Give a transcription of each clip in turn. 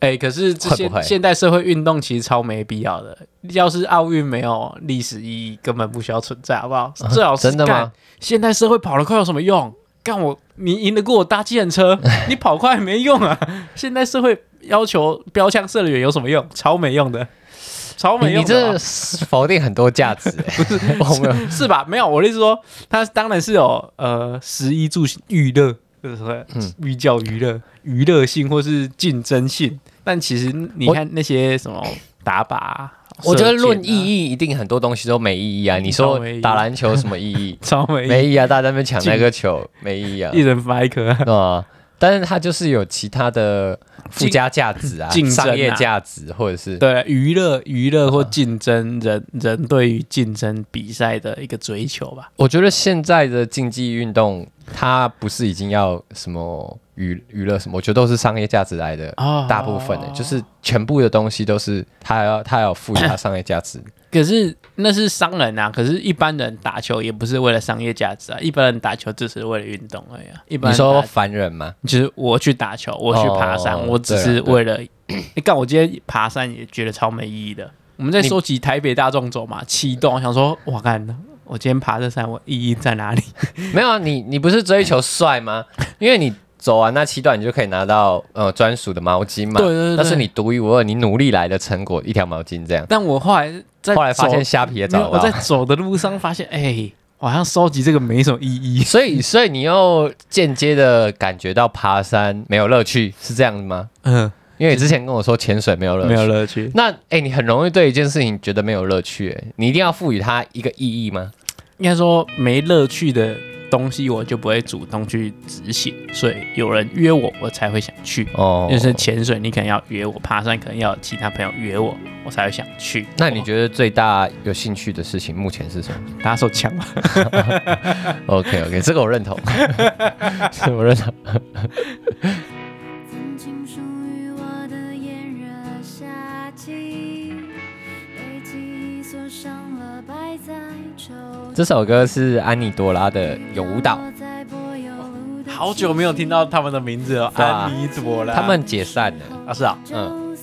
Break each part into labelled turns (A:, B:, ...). A: 哎、可是这
B: 会
A: 些
B: 不会
A: 现代社会运动其实超没必要的。要是奥运没有历史意义，根本不需要存在，好不好？最好是
B: 啊真的
A: 干
B: 吗？
A: 现代社会跑得快有什么用？干我，你赢得过我搭计程 车，你跑快没用啊！现代社会要求标枪射得远有什么用？超没用的，超没
B: 你
A: 用
B: 你
A: 的
B: 这否定很多 价值、欸，不是？ 我没有
A: 吧，是吧？没有，我的意思说，它当然是有呃，食衣住行娱乐，就是说
B: 嗯
A: 寓教娱乐、娱乐性或是竞争性，但其实你
B: 我
A: 看那些什么打靶啊、
B: 我觉
A: 射
B: 得
A: 箭
B: 论
A: 啊
B: 意，义，一定很多东西都没意义啊！你说
A: 超没意义？
B: 打篮球什么意义
A: 超 没意
B: 没意义啊！大家在那边抢那个球，没意义啊
A: 义，一！人发一颗啊、
B: 对啊，但是它就是有其他的附加价值啊，
A: 竞竞争啊
B: 商业价值或者是
A: 对啊娱乐、娱乐或竞争，人人对于竞争比赛的一个追求吧。
B: 我觉得现在的竞技运动，它不是已经要什么娱娱乐什么，我觉得都是商业价值来的。
A: 啊
B: 大部分的、欸就是全部的东西都是它要它要赋予它商业价值。
A: 可是那是商人啊，可是一般人打球也不是为了商业价值啊，一般人打球只是为了运动而已、啊。一般
B: 你
A: 人打
B: 说凡人吗？
A: 就是我去打球，我去爬山，
B: 哦
A: 我只是为了，你看、我今天爬山也觉得超没意义的。我们在
B: 你
A: 收集台北大众走嘛，七栋，想说，哇，看我今天爬这山，我意义在哪里？
B: 没有啊，你你不是追求帅吗？因为你走完那七段，你就可以拿到呃专属的毛巾嘛。
A: 对对对
B: 那是你独一无二，你努力来的成果，一条毛巾这样。
A: 但我后来在
B: 后来发
A: 走
B: 现虾皮也
A: 没
B: 找
A: 有
B: 不
A: 我在
B: 到，
A: 走的路上发现，哎、我好像收集这个没什么意义。
B: 所以所以你又间接的感觉到爬山没有乐趣，是这样的吗？
A: 嗯，
B: 因为你之前跟我说潜水没有乐趣，
A: 没有乐趣。
B: 那哎、欸你很容易对一件事情觉得没有乐趣、欸你一定要赋予它一个意义吗？
A: 应该说没乐趣的东西，我就不会主动去执行，所以有人约我，我才会想去。
B: 哦
A: 就是潜水，你可能要约我；爬山可能要有其他朋友约我，我才会想去。
B: 那你觉得最大有兴趣的事情目前是什么
A: 打手枪吗？
B: ？OK OK，这个 我认同，这个我认同。
C: 曾经属于我的炎热夏季，被记忆锁上了摆在抽屉。
B: 这首歌是安妮朵拉的《有舞蹈》，
A: 好久没有听到他们的名字 了，
B: 对啊
A: 安妮朵拉。
B: 他们解散了。
A: 啊是啊，
C: 嗯，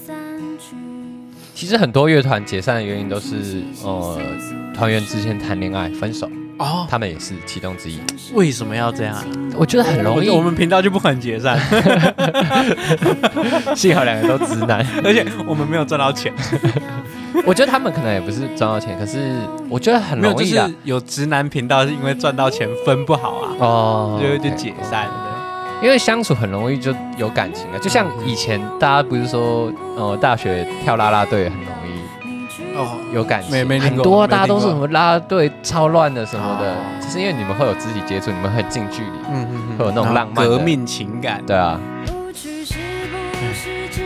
B: 其实很多乐团解散的原因都是呃团员之间谈恋爱分手，
A: 哦，
B: 他们也是其中之一。
A: 为什么要这样啊？
B: 我觉得很容易
A: 我，我们频道就不肯解 散，
B: 幸好两个都直男。
A: 而且我们没有赚到钱，
B: 我觉得他们可能也不是赚到钱，可是我觉得很
A: 没有
B: 容
A: 就
B: 易的
A: 是有直男频道是因为赚到钱分不好啊，
B: 哦
A: 就就解散了。
B: 因为相处很容易就有感情啊了，就像以前大家不是说，呃，大学跳啦啦队很容易
A: 哦，
B: 有感情，
A: 没没听
B: 很
A: 过
B: 多
A: 没听过
B: 大家都是什么啦啦队超乱的什么的
A: 哦，
B: 只是因为你们会有肢体接触，你们很近距离，
A: 嗯嗯
B: 会有那种浪漫的
A: 革命情感。
B: 对啊，
C: 嗯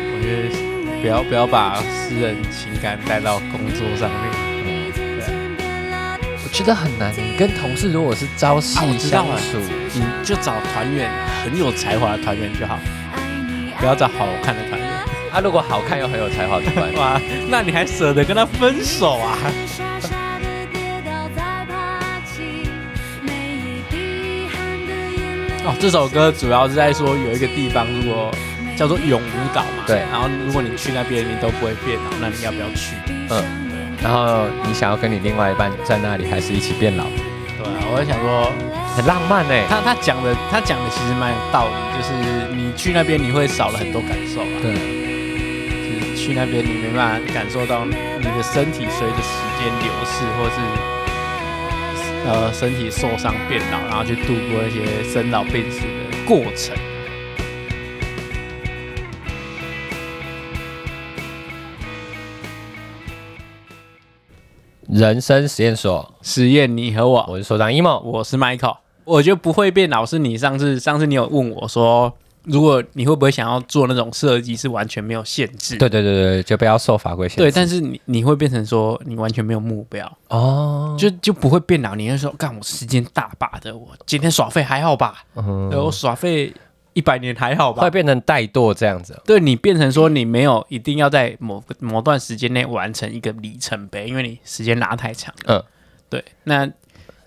A: 我觉得不要不要把私人情感带到工作上面。
B: 嗯我觉得很难。你跟同事如果是朝夕
A: 啊我知道
B: 相
A: 了
B: 处，
A: 你就找团员很有才华的团员就好，不要找好看的团员。
B: 啊，如果好看又很有才华怎么 办？
A: 哇，那你还舍得跟他分手 啊？
C: 傻傻的跌倒再爬起，每一滴汗的眼泪。
A: 哦，这首歌主要是在说有一个地方，如果叫做永舞蹈嘛，
B: 对
A: 然后如果你去那边你都不会变老，那你要不要去？
B: 嗯，然后你想要跟你另外一半在那里，还是一起变老，
A: 对啊，我就想说，
B: 很浪漫哎、
A: 他他讲的他讲的其实蛮有道理，就是你去那边你会少了很多感受啊。
B: 对，
A: 就是去那边你没办法感受到你的身体随着时间流逝，或是呃身体受伤变老，然后去度过一些生老病死的过程。
B: 人生实验所，
A: 实验你和我，
B: 我是所长 emo。
A: 我是 Michael，我觉得不会变老是你上次上次你有问我说，如果你会不会想要做那种设计是完全没有限制？
B: 对对对对，就不要受法规限制。
A: 对，但是你你会变成说你完全没有目标。
B: 哦，
A: 就就不会变老。你会说，干我时间大把的，我今天耍废还好吧？
B: 嗯
A: 对我耍废一百年还好
B: 会
A: 吧？
B: 变成怠惰这样子。
A: 对你变成说你没有一定要在某个某段时间内完成一个里程碑，因为你时间拉太长。
B: 嗯，
A: 对，那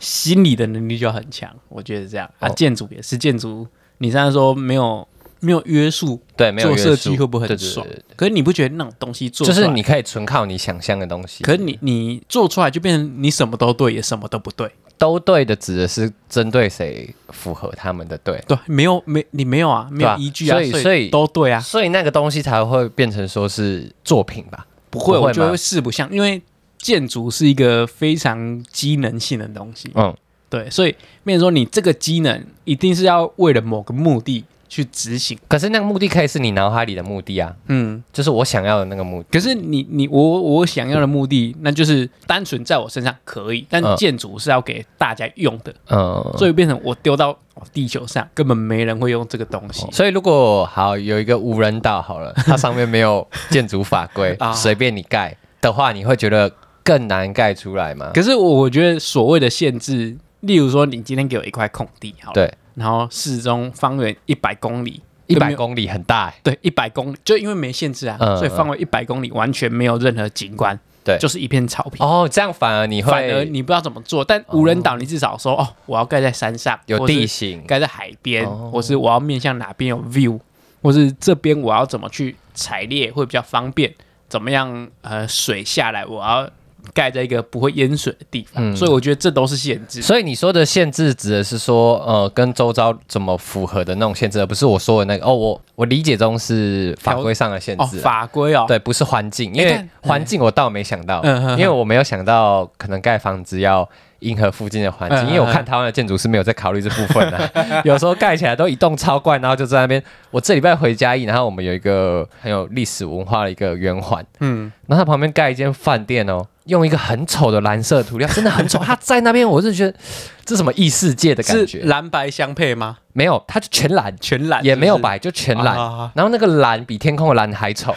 A: 心理的能力就很强，我觉得是这样啊。
B: 哦
A: 建筑也是建筑，你刚才说没有没有约束，
B: 对，没有
A: 做
B: 约
A: 设
B: 束
A: 计会不会
B: 对
A: 很
B: 对对
A: 爽
B: 对对？
A: 可是你不觉得那种东西做
B: 就是
A: 出来
B: 你，可以纯靠你想象的东西，
A: 可是你你做出来就变成你什么都对，也什么都不对，
B: 都对的，指的是针对谁符合他们的对。
A: 对，没有没你没有啊，没有
B: 对啊
A: 依据啊，
B: 所以所以
A: 都对啊，
B: 所以那个东西才会变成说是作品吧？
A: 不会，
B: 不会
A: 我觉
B: 吗
A: 得会四不像，因为建筑是一个非常机能性的东西，
B: 嗯，
A: 对，所以变成说你这个机能一定是要为了某个目的去执行，
B: 可是那个目的可以是你脑海里的目的啊，
A: 嗯，
B: 就是我想要的那个目的。
A: 可是你你我我想要的目的，那就是单纯在我身上可以，但
B: 嗯
A: 建筑是要给大家用的，
B: 嗯，
A: 所以变成我丢到地球上，根本没人会用这个东西。
B: 所以如果好有一个无人岛好了，它上面没有建筑法规
A: 啊，
B: 随便你盖的话，你会觉得更难盖出来 吗？
A: 可是我我觉得所谓的限制，例如说你今天给我一块空地，好了，
B: 对，
A: 然后市中方圆一百公里，
B: 一
A: 都没
B: 百
A: 有
B: 公里很大、欸，
A: 对，一百公里，就因为没限制啊，
B: 嗯
A: 所以范围一百公里完全没有任何景观，
B: 对
A: 就是一片草坪。
B: 哦，这样反而你会
A: 反而你不知道怎么做，但无人岛你至少说哦，我要盖在山上，
B: 哦有
A: 或是
B: 地形，
A: 盖在海边，
B: 哦
A: 或是我要面向哪边有 view，或是这边我要怎么去采猎会比较方便，怎么样呃水下来我要盖在一个不会淹水的地方，
B: 嗯
A: 所以我觉得这都是限制。
B: 所以你说的限制指的是说，呃，跟周遭怎么符合的那种限制，而不是我说的那个。哦，我我理解中是法规上的限
A: 哦，
B: 制啊、
A: 法规哦，
B: 对，不是环境，因为
A: 但
B: 环境我倒没想到，
A: 嗯嗯嗯
B: 因为我没有想到可能盖房子要迎合附近的环境，
A: 嗯嗯嗯
B: 因为我看台湾的建筑师没有在考虑这部分啊， 有时候盖起来都一栋超怪，然后就在那边。我这礼拜回嘉义，然后我们有一个很有历史文化的一个圆环，
A: 嗯，
B: 然后它旁边盖一间饭店哦，用一个很丑的蓝色涂料，真的很丑。它在那边，我是觉得这什么异世界的感
A: 是
B: 觉，
A: 蓝白相配吗？
B: 没有，它就全蓝，
A: 全蓝
B: 也没有
A: 是不是，
B: 白，就全蓝
A: 啊啊啊。
B: 然后那个蓝比天空的蓝还 丑，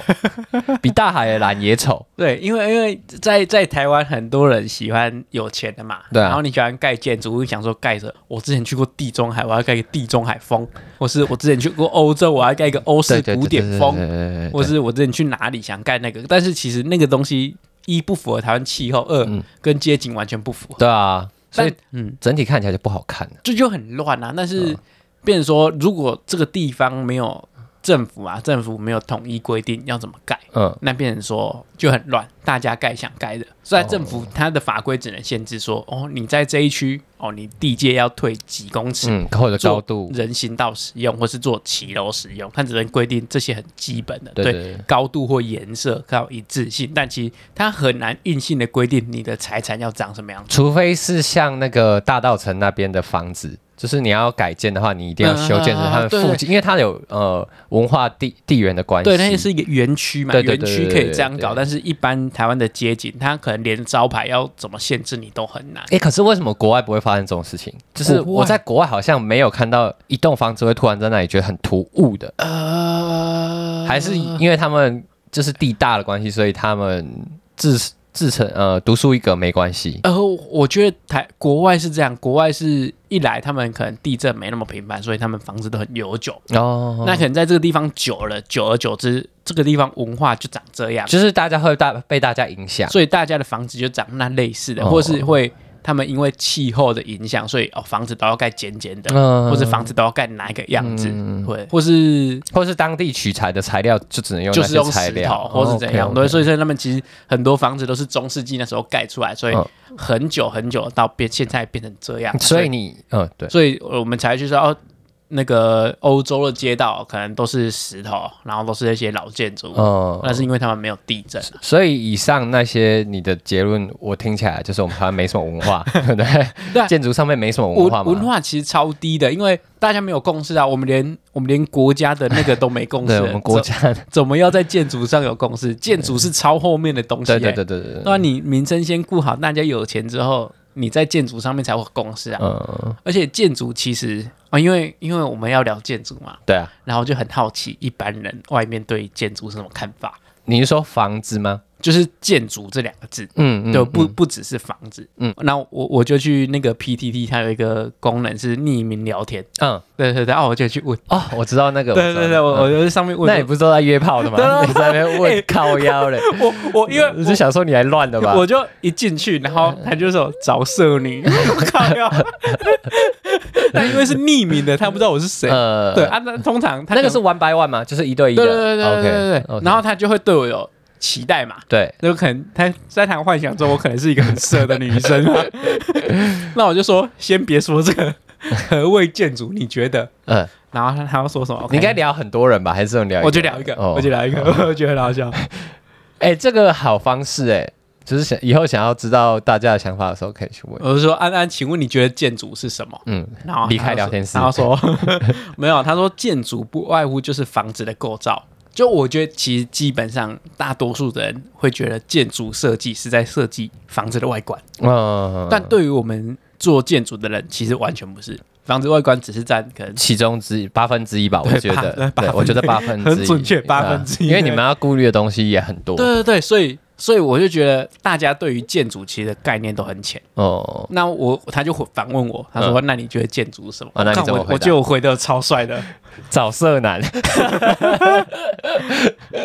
B: 比大海的蓝也丑。
A: 对，因为因为在在台湾很多人喜欢有钱的嘛，
B: 对啊
A: 然后你喜欢盖建筑，我就想说盖着。我之前去过地中海，我要盖一个地中海风；或是我之前去过欧洲，我要盖一个欧式
B: 对对对
A: 古典
B: 对对对
A: 风；
B: 对对对
A: 或是我之前去哪里想盖那个，但是其实那个东西一不符合台湾气候，二、
B: 嗯
A: 跟街景完全不符合，
B: 对啊，所以
A: 但嗯，
B: 整体看起来就不好看了。
A: 这就很乱啊。但是，变成说如果这个地方没有政府啊，政府没有统一规定要怎么盖。
B: 嗯，
A: 那变成说就很乱，大家盖想盖的，所以政
B: 哦
A: 府它的法规只能限制说，哦，你在这一区，哦，你地界要退几公尺，
B: 嗯，或者
A: 做
B: 高度，
A: 人行道使用或是做骑楼使用，它只能规定这些很基本的，
B: 对对对
A: 高度或颜色靠一致性，但其实它很难硬性的规定你的财产要长什么样子。
B: 除非是像那个大道城那边的房子，就是你要改建的话，你一定要修建成他们
A: 嗯嗯嗯嗯对
B: 附近，因为它有呃文化地地缘的关系。
A: 对，那也是一个园区嘛，
B: 对对
A: 园
B: 对
A: 区可以这样
B: 对对
A: 搞，
B: 对
A: 但是一般台湾的街景，它可能连招牌要怎么限制你都很难。
B: 哎、可是为什么国外不会发生这种事情？就是
A: 国外
B: 我在国外好像没有看到一栋房子会突然在那里觉得很突兀的，
A: 呃
B: 还是因为他们就是地大的关系，所以他们自自成呃独树一格没关系。
A: 呃，我觉得台国外是这样，国外是一来他们可能地震没那么频繁，所以他们房子都很悠久。
B: 哦，
A: 那可能在这个地方久了，久而久之，这个地方文化就长这样，
B: 就是大家会大被大家影响。
A: 所以大家的房子就长那类似的，
B: 哦
A: 或是会他们因为气候的影响，所以哦房子都要盖尖尖的，
B: 嗯
A: 或是房子都要盖哪一个样子，
B: 嗯
A: 会或是
B: 或是当地取材的材料就只能用
A: 就
B: 那
A: 是
B: 些
A: 用
B: 材
A: 石头
B: 料，哦
A: 或是怎样，对，所
B: 以
A: 以说他们其实很多房子都是中世纪那时候盖出来，所以
B: 嗯
A: 很久很久到变现在变成这样，
B: 所以你嗯对，
A: 所以我们才去说哦，那个欧洲的街道可能都是石头，然后都是那些老建筑，
B: 嗯，
A: 那是因为他们没有地震啊、
B: 所以以上那些你的结论，我听起来就是我们台湾没什么文 化，对不
A: 对啊
B: 对？建筑上面没什么文化
A: 文
B: 嘛，
A: 文化其实超低的，因为大家没有共识啊，我们连我们连国家的那个都没共识，
B: 对我们国家，
A: 怎怎么要在建筑上有共识？建筑是超后面的东西、
B: 对
A: 欸，
B: 对对对对，
A: 那你民生先顾好，大家有钱之后，你在建筑上面才会有共识啊。
B: 嗯，
A: 而且建筑其实啊、因为因为我们要聊建筑嘛，
B: 对啊，
A: 然后就很好奇一般人外面对建筑是什么看法。
B: 你是说房子吗？
A: 就是建筑这两个字，
B: 嗯，嗯
A: 对，不不只是房子，嗯
B: 嗯，
A: 那我我就去那个 PTT，它有一个功能是匿名聊天，
B: 嗯
A: 对对对，然后我就去问，
B: 哦，我知道那个，
A: 对对对，我
B: 我知道
A: 我就在上面
B: 嗯那你
A: 问，
B: 不是都在约炮的吗？ 你在那 边问靠腰嘞，
A: 我我因为
B: 你是想说你还乱的吧？
A: 我就一进去，然后他就说找色女，我靠呀，但因为是匿名 的，他不知道我是谁。
B: 呃
A: 对啊，那通常他
B: 那个
A: 可
B: 是 one by one 吗？就是一对一的。
A: 对对对对对对对
B: OK，OK
A: 然后他就会对我有期待嘛，
B: 对，
A: 那就可能他在他幻想中，我可能是一个很色的女生 嘛，那我就说先别说这个何谓建筑，你觉得？
B: 嗯，
A: 然后他他要说什么？
B: 你应该，聊很多人吧，还是只有聊一个？
A: 我就聊一个，
B: 哦
A: 我就聊一个， 我觉得很好笑。
B: 哎，这个好方式哎，就是想以后想要知道大家的想法的时候可以去问。
A: 我就说安安，请问你觉得建筑是什么？
B: 嗯，
A: 然后
B: 离开
A: 他就
B: 聊
A: 说
B: 天室
A: 然后说 没有，啊他说建筑不外乎就是房子的构造。就我觉得，其实基本上大多数的人会觉得建筑设计是在设计房子的外观，
B: 嗯，
A: 但对于我们做建筑的人，其实完全不是。房子外观只是占可能
B: 其中之一八分之一吧，我
A: 对
B: 觉
A: 八
B: 得，
A: 八
B: 对，
A: 分
B: 我觉得八分之 一
A: 很准确八分之一
B: 对啊因为你们要顾虑的东西也很多。
A: 对对对，所以所以我就觉得大家对于建筑其实的概念都很浅。
B: 哦，
A: 那我他就反问我，他说：“嗯哦那你觉得建筑是什么？”
B: 啊那你
A: 看
B: 怎么
A: 我
B: 回答
A: 我觉得我回的超帅的。
B: 找色男，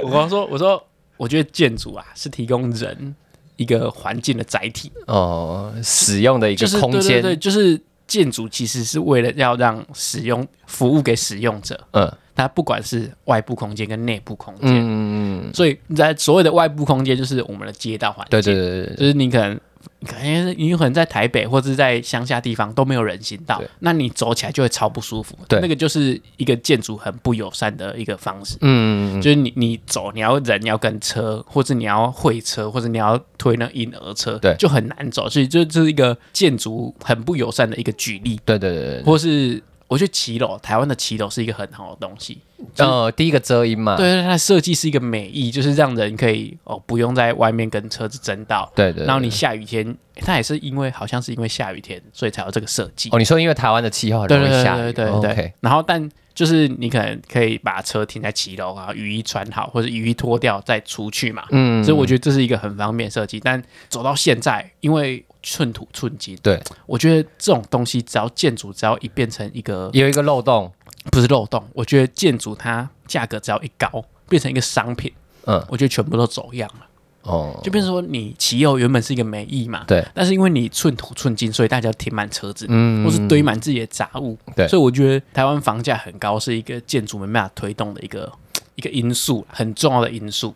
A: 我刚说，我说我觉得建筑啊是提供人一个环境的载体，
B: 哦，使用的一
A: 就
B: 个
A: 是
B: 空
A: 对对
B: 间，
A: 对，就是建筑其实是为了要让使用服务给使用者，
B: 嗯
A: 它不管是外部空间跟内部空间。
B: 嗯，嗯嗯
A: 所以在所谓的外部空间，就是我们的街道环境，
B: 对对对对对，
A: 就是你可能。可能你可能在台北或者在乡下地方都没有人行道
B: 对，
A: 那你走起来就会超不舒服。
B: 对
A: 那个就是一个建筑很不友善的一个方式。
B: 嗯嗯嗯
A: 就是你你走，你要人要跟车，或者你要会车，或者你要推那婴儿车，
B: 对
A: 就很难走。所以这这是一个建筑很不友善的一个举例，
B: 对对对对对，
A: 或是我觉得骑楼，台湾的骑楼是一个很好的东西。就是
B: 呃，第一个遮阴嘛，
A: 对对，它的设计是一个美意，就是让人可以哦不用在外面跟车子争道。
B: 对对，对
A: 然后你下雨天，诶它也是因为好像是因为下雨天，所以才有这个设计。
B: 哦，你说因为台湾的气候很
A: 对
B: 容
A: 对
B: 易
A: 对
B: 下
A: 对
B: 雨，
A: 对
B: 哦
A: 对
B: OK，
A: 然后但就是你可能可以把车停在骑楼啊，雨衣穿好或者雨衣脱掉再出去嘛。
B: 嗯，
A: 所以我觉得这是一个很方便的设计。但走到现在，因为寸土寸金，
B: 对，
A: 我觉得这种东西只要建筑只要一变成一个
B: 有一个漏洞，
A: 不是漏洞，我觉得建筑它价格只要一高，变成一个商品，
B: 嗯
A: 我觉得全部都走样了，
B: 哦，
A: 就变成说你骑楼原本是一个美意嘛。
B: 对
A: 但是因为你寸土寸金，所以大家停满车子，
B: 嗯
A: 或是堆满自己的杂物，
B: 对
A: 所以我觉得台湾房价很高是一个建筑没办法推动的一个一个因素，很重要的因素。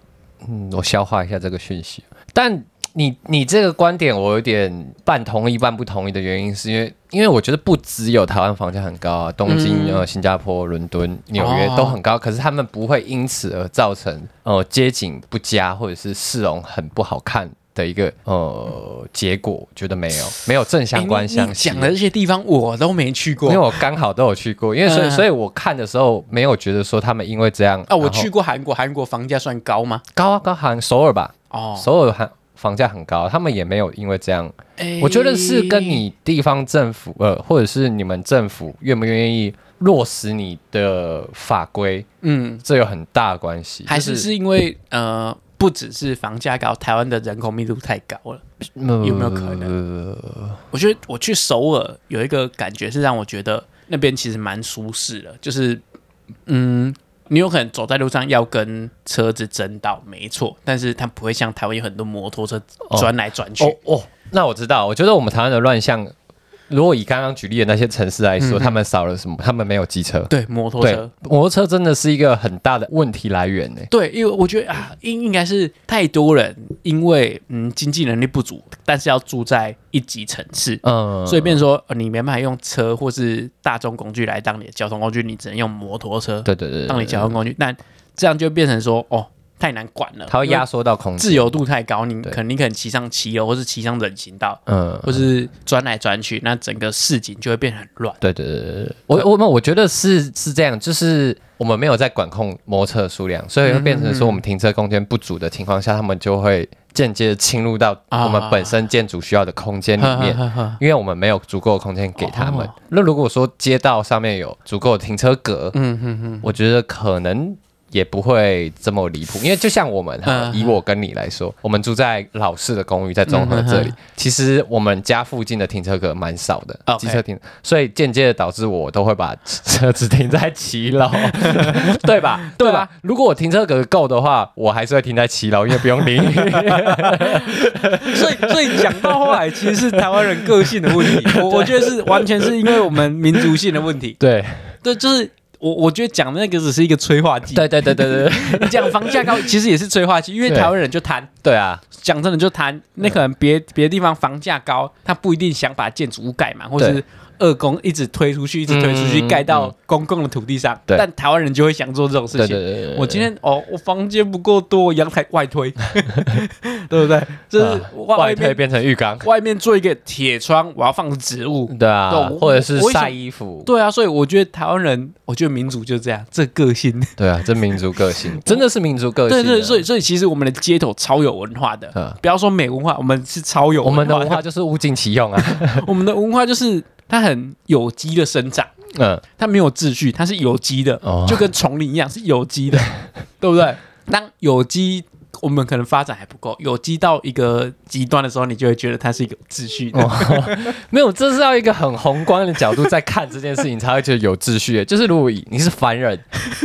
B: 嗯，我消化一下这个讯息。但你你这个观点，我有点半同意半不同意的原因，是因为因为我觉得不只有台湾房价很高啊，东京、
A: 嗯哦
B: 呃新加坡、伦敦、纽约都很高，可是他们不会因此而造成呃街景不佳或者是市容很不好看的一个呃结果，我觉得没有没有正相关
A: 诶你
B: 相
A: 你
B: 系。
A: 讲的这些地方我都没去过
B: 因为，我刚好都有去过，因为所以、
A: 嗯
B: 所以我看的时候没有觉得说他们因为这样
A: 啊，我
B: 然后
A: 去过韩国，韩国房价算高吗？
B: 高啊高韩首尔吧，
A: 哦，
B: 首尔房房价很高，他们也没有因为这样，
A: 诶
B: 我觉得是跟你地方政府呃，或者是你们政府愿不愿意落实你的法规，
A: 嗯，
B: 这有很大的关系。
A: 还是
B: 就是
A: 因为呃，不只是房价高，台湾的人口密度太高了。有没有可
B: 能？
A: 我觉得我去首尔有一个感觉是让我觉得那边其实蛮舒适的，就是嗯，你有可能走在路上要跟车子争道，没错，但是它不会像台湾有很多摩托车
B: 哦
A: 钻来钻去。
B: 哦哦，那我知道，我觉得我们台湾的乱象，如果以刚刚举例的那些城市来说，他们少了什么？他们没有机车。
A: 对，摩托
B: 对
A: 嗯车。，
B: 摩托车真的是一个很大的问题来源呢。欸
A: 对，因为我觉得啊，应应该是太多人因为嗯经济能力不足，但是要住在一级城市，
B: 嗯，
A: 所以变成说、呃你没办法用车或是大众工具来当你的交通工具，你只能用摩托车
B: 对对对，对
A: 当你交通工具。那这样就变成说哦，太难管了，
B: 它会
A: 因为
B: 压缩到空间
A: 自由，度太高，你
B: 对
A: 可能你可能骑上骑楼或是骑上人行道，
B: 嗯，
A: 或是钻来钻去，那整个市景就会变得很乱。
B: 对对对对对，我我们我觉得是是这样，就是我们没有在管控摩托车的数量，所以会变
A: 嗯
B: 成说我们停车空间不足的情况下，他们就会间接侵入到我们本身建筑需要的空间里面。
A: 啊呵呵呵
B: 因为我们没有足够的空间给他们。
A: 哦
B: 那如果说街道上面有足够的停车格，
A: 嗯哼哼，
B: 我觉得可能也不会这么离谱，因为就像我们哈，
C: 嗯
B: 以我跟你来说，我们住在老式的公寓，在中和这里，
C: 嗯
B: 其实我们家附近的停车格蛮少的，
C: OK
B: 机车停，所以间接的导致我都会把车子停在七楼，对吧？对吧？如果我停车格够的话，我还是会停在七楼，因为不用淋雨。
A: 所以所以讲到后来，其实是台湾人个性的问 题，我我觉得是完全是因为我们民族性的问题。
B: 对，
A: 对，就是我我觉得讲的那个只是一个催化剂，
B: 对对对对对对
A: 你讲房价高其实也是催化剂，因为
B: 对
A: 台湾人就贪，
B: 对啊！
A: 讲真的就贪，那
B: 嗯
A: 可能别别的地方房价高，他不一定想把建筑物盖满，或是
B: 对
A: 二公一直推出去，一直推出去，
B: 嗯
A: 盖到公共的土地上。
B: 对
A: 但台湾人就会想做这种事
B: 对
A: 情。
B: 对对对，
A: 我今天哦，我房间不够多，阳台外 推，对不对？就是
B: 啊
A: 外
B: 外
A: 外
B: 推
A: 面
B: 变成浴缸，
A: 外面做一个铁窗，我要放植物。
B: 对啊
A: 对我，
B: 或者是
A: 我以前
B: 晒衣服，
A: 对啊，所以我觉得台湾人，我觉得民族就这样，这个性。
B: 对啊，这民族个性 真的是民族个
A: 对
B: 性啊。
A: 对，所以所以其实我们的街头超有文化的，
B: 嗯
A: 不要说美文化，我们是超有
B: 我们的文
A: 化
B: 化就是物尽其用 啊。
A: 的， 我们的文化就是它很有机的生长，
B: 嗯，
A: 它没有秩序，它是有机的，
B: 哦
A: 就跟丛林一样是有机 的，对不对？当有机我们可能发展还不够，有机到一个极端的时候，你就会觉得它是一个有秩序的。
B: 没有，这是要一个很宏观的角度在看这件事情，才会觉得有秩序。就是如果你是凡人，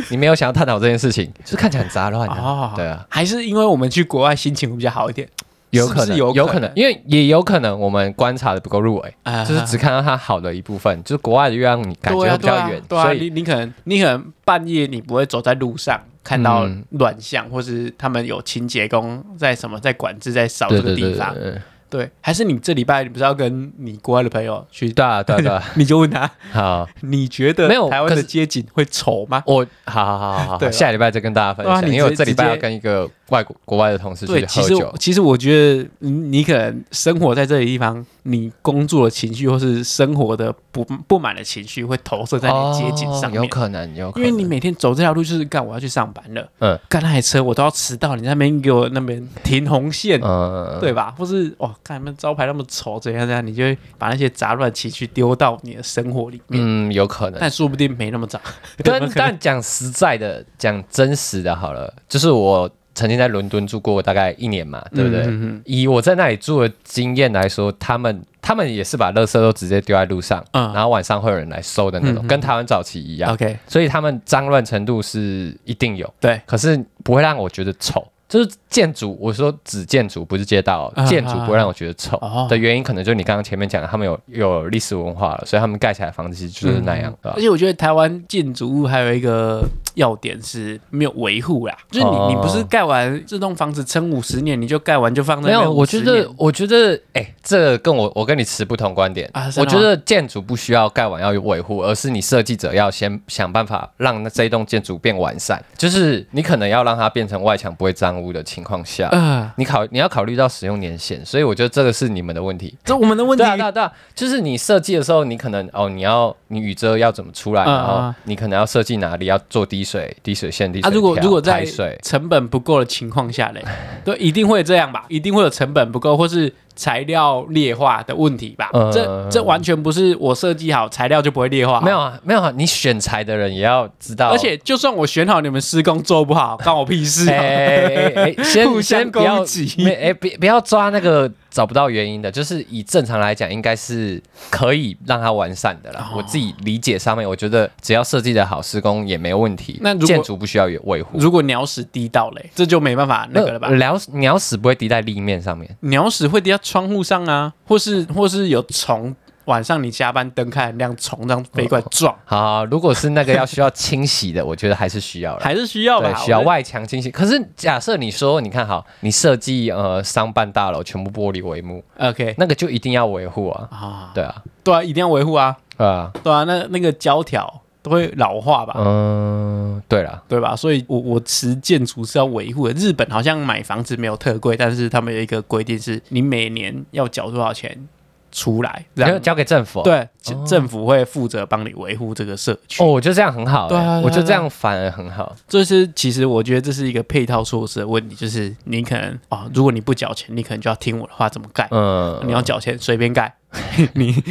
B: 你没有想要探讨这件事情，就是看起来很杂乱啊。对啊，，
A: 还是因为我们去国外心情会比较好一点，
B: 有
A: 是
B: 可
A: 不是
B: 能，
A: 有
B: 有
A: 可能
B: 因为也有可能我们观察的不够入围，
A: 啊
B: 就是只看到它好的一部分，就是国外的月亮你感
A: 对
B: 觉
A: 啊
B: 会比较远，
A: 对啊，对
B: 所
A: 啊
B: 以
A: 你你可能你可能半夜你不会走在路上看到
B: 嗯
A: 乱象，或是他们有清洁工在什么在管制在扫
B: 对
A: 这
B: 对
A: 个
B: 对
A: 地
B: 对
A: 方，
B: 对
A: 对还是你这礼拜你不是要跟你国外的朋友去，
B: 对啊对啊对 啊，
A: 你就问他，
B: 好，
A: 你觉得
B: 没有
A: 台湾
B: 可
A: 的
B: 是
A: 街景会丑吗？
B: 我好好好好
A: 对
B: 好，
A: 啊
B: 下礼拜再跟大家分享，
A: 对啊你
B: 因为我
A: 直接
B: 这礼拜
A: 直
B: 要
A: 接
B: 跟一个外国国外的同事
A: 对，
B: 去
A: 其
B: 喝
A: 实
B: 酒
A: 我，其实我觉得嗯你可能生活在这个地方，你工作的情绪或是生活的不不满的情绪会投射在你街景上
B: 哦
A: 面，
B: 有可能有可
A: 因
B: 能，
A: 为你每天走这条路就是干，我要去上班了。嗯
B: 嗯，
A: 干那台车我都要迟到，你在那边给我那边停红线，
B: 嗯
A: 对吧？或是哇，看他们招牌那么丑，怎样怎样，你就会把那些杂乱情绪丢到你的生活里面。
B: 嗯有可能。
A: 但说不定没那么杂，
B: 但 但讲实在的，讲真实的好了，就是我曾经在伦敦住过大概一年嘛，对不对？
A: 嗯嗯
B: 以我在那里住的经验来说，他们他们也是把垃圾都直接丢在路上，
A: 嗯
B: 然后晚上会有人来收的那种，
A: 嗯嗯
B: 跟台湾早期一样。
A: OK，
B: 所以他们脏乱程度是一定有，
A: 对，
B: 可是不会让我觉得丑。就是建筑，我说只建筑不是街道
A: 啊，
B: 建筑不会让我觉得丑
A: 啊啊
B: 的原因，可能就是你刚刚前面讲的，他们有有历史文化了，所以他们盖起来的房子其实就是那样，对吧
A: 而且我觉得台湾建筑物还有一个要点是没有维护啦，就是你、
B: 哦
A: 你不是盖完这栋房子撑五十年，你就盖完就放在
B: 没
A: 那
B: 有，
A: 边
B: 我觉
A: 50
B: 得
A: 年，
B: 我觉得，哎、这跟我我跟你持不同观点。
A: 啊真的
B: 我
A: 吗
B: 觉得建筑不需要盖完要维护，而是你设计者要先想办法让那这一栋建筑变完善。就是
A: 嗯
B: 你可能要让它变成外墙不会脏污的情况下，
A: 呃，
B: 你考你要考虑到使用年限，所以我觉得这个是你们的问题。
A: 这我们的问题
B: 对啊，对啊，对啊，就是你设计的时候，你可能哦，你要你雨遮要怎么出来，
A: 嗯
B: 然后
A: 嗯
B: 你可能要设计哪里要做滴水、滴水线、滴水
A: 啊，
B: 条、
A: 如果如果在
B: 排水，
A: 成本不够的情况下 嘞，对，一定会这样吧，一定会有成本不够或是材料劣化的问题吧。
B: 嗯
A: 这这完全不是我设计好材料就不会劣化，
B: 没有。啊，没有啊，你选材的人也要知道，
A: 而且就算我选好，你们施工做不好，关我屁事。啊
B: 哎哎 哎，
A: 互相
B: 先先不要
A: 攻击
B: 没哎，别不要抓那个找不到原因的，就是以正常来讲，应该是可以让它完善的啦。我自己理解上面，我觉得只要设计的好，施工也没问题。
A: 那如果
B: 建筑不需要有维护，
A: 如果鸟屎滴到嘞，这就没办法那个了吧？
B: 鸟鸟屎不会滴在立面上面。
A: 鸟屎会滴到窗户上啊，或是或是有虫，晚上你加班灯开很亮，虫这样飞
B: 哦
A: 过来撞，
B: 好、如果是那个要需要清洗的，我觉得还是需要啦。
A: 还是需要吧？
B: 对，需要
A: 我觉得
B: 外墙清洗。可是假设你说，你看好，你设计呃商办大楼全部玻璃帷幕，
A: OK
B: 那个就一定要维护啊。
A: 啊，
B: 对啊，
A: 对啊，一定要维护啊，
B: 对啊。
A: 对啊，那那个胶条都会老化吧？
B: 嗯，对了，
A: 对吧？所以我，我持建筑是要维护的。日本好像买房子没有特贵，但是他们有一个规定是，你每年要缴多少钱出来，然
B: 交
A: 后
B: 交给政府。，啊
A: 对、啊政府会负责帮你维护这个社区。
B: 哦，我觉得这样很好、欸。
A: 对啊对啊
B: 我觉得
A: 对
B: 这
A: 啊
B: 样反而很好。
A: 这是其实我觉得这是一个配套措施的问题，就是你可能啊、哦，如果你不缴钱，你可能就要听我的话怎么盖；
B: 嗯，
A: 你要缴钱随便盖， 你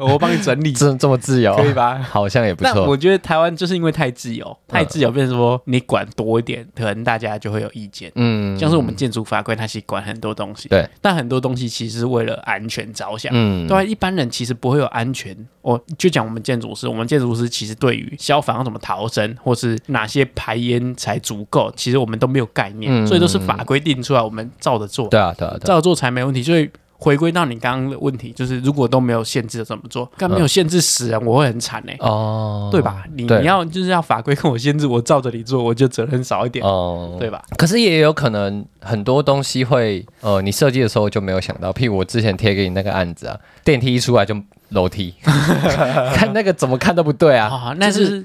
A: 我帮你整理，
B: 这这么自由，啊
A: 可以吧
B: 好像也不
A: 但啊我
B: 错。
A: 觉得台湾就是因为太自由，太自由，变成说你管多一点，可能大家就会有意见。
B: 嗯，
A: 像是我们建筑法规，它其实管很多东西，
B: 对，
A: 但很多东西其实是为了安全着想。
B: 嗯，
A: 对啊，一般人其实不会有安全。我就讲我们建筑师，我们建筑师其实对于消防要怎么逃生，或是哪些排烟才足够，其实我们都没有概念，
B: 嗯
A: 所以都是法规定出来，我们照着做。
B: 对啊，对啊，对啊，
A: 照做才没问题。所以回归到你刚刚的问题，就是如果都没有限制怎么做，但没有限制死人，我会很惨哎、
B: 哦，
A: 对？吧？你
B: 对
A: 你要就是要法规跟我限制，我照着你做，我就责任少一点，
B: 哦，
A: 对吧？
B: 可是也有可能很多东西会，呃，你设计的时候就没有想到，譬如我之前贴给你那个案子啊，电梯一出来就楼梯， 看那个怎么看都不对啊。
A: 啊那
B: 就是是